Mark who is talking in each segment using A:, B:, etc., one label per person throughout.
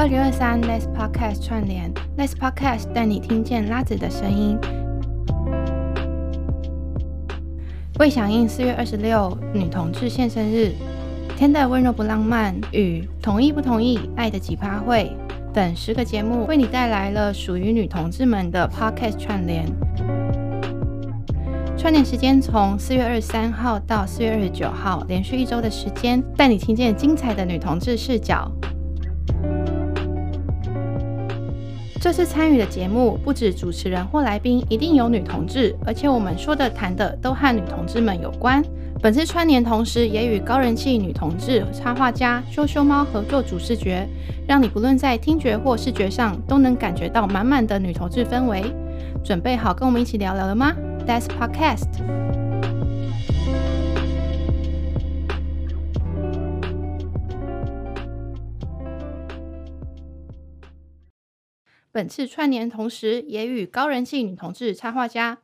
A: 二零二三 Nice Podcast 串联，Nice Podcast 带你听见拉子的声音。为响应四月二十六女同志现身日，天的温柔不浪漫与同意不同意爱的奇葩会等十个节目，为你带来了属于女同志们的 Podcast 串联。串联时间从四月二十三号到四月二十九号，连续一周的时间，带你听见精彩的女同志视角。这次参与的节目不止主持人或来宾一定有女同志，而且我们说的、谈的都和女同志们有关。本次串联同时也与高人气女同志插画家羞羞猫合作主视觉，让你不论在听觉或视觉上都能感觉到满满的女同志氛围。准备好跟我们一起聊聊了吗？That's Podcast。本次串联同时也与高人气女同志插画家，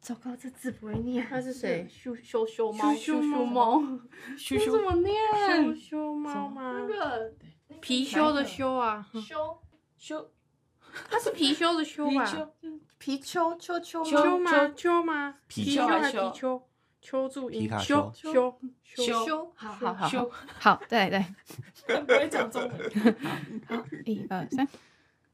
A: 糟糕，这字不会念，
B: 他是谁
A: 羞羞羞
B: 猫羞羞猫，羞
A: 这怎么
B: 羞
A: 念？
B: 羞猫吗？
A: 那个
B: 貔貅的貅啊，
A: 羞
C: 修
B: 它是貔貅的貅
C: 皮
B: 吧？
C: 丘
A: 皮丘丘丘
C: 丘
B: 貅吗？貅吗？
D: 貔
B: 貔
D: 貅
B: 貅
C: 还
B: 还
C: 是
B: 是貔貅？貅注
D: 皮
B: 音，
D: 卡
B: 貅
C: 丘
B: 貅
C: 貅
A: 羞，好好好
C: 修，
A: 好，对对，
C: 不会讲中文。
A: 一二三，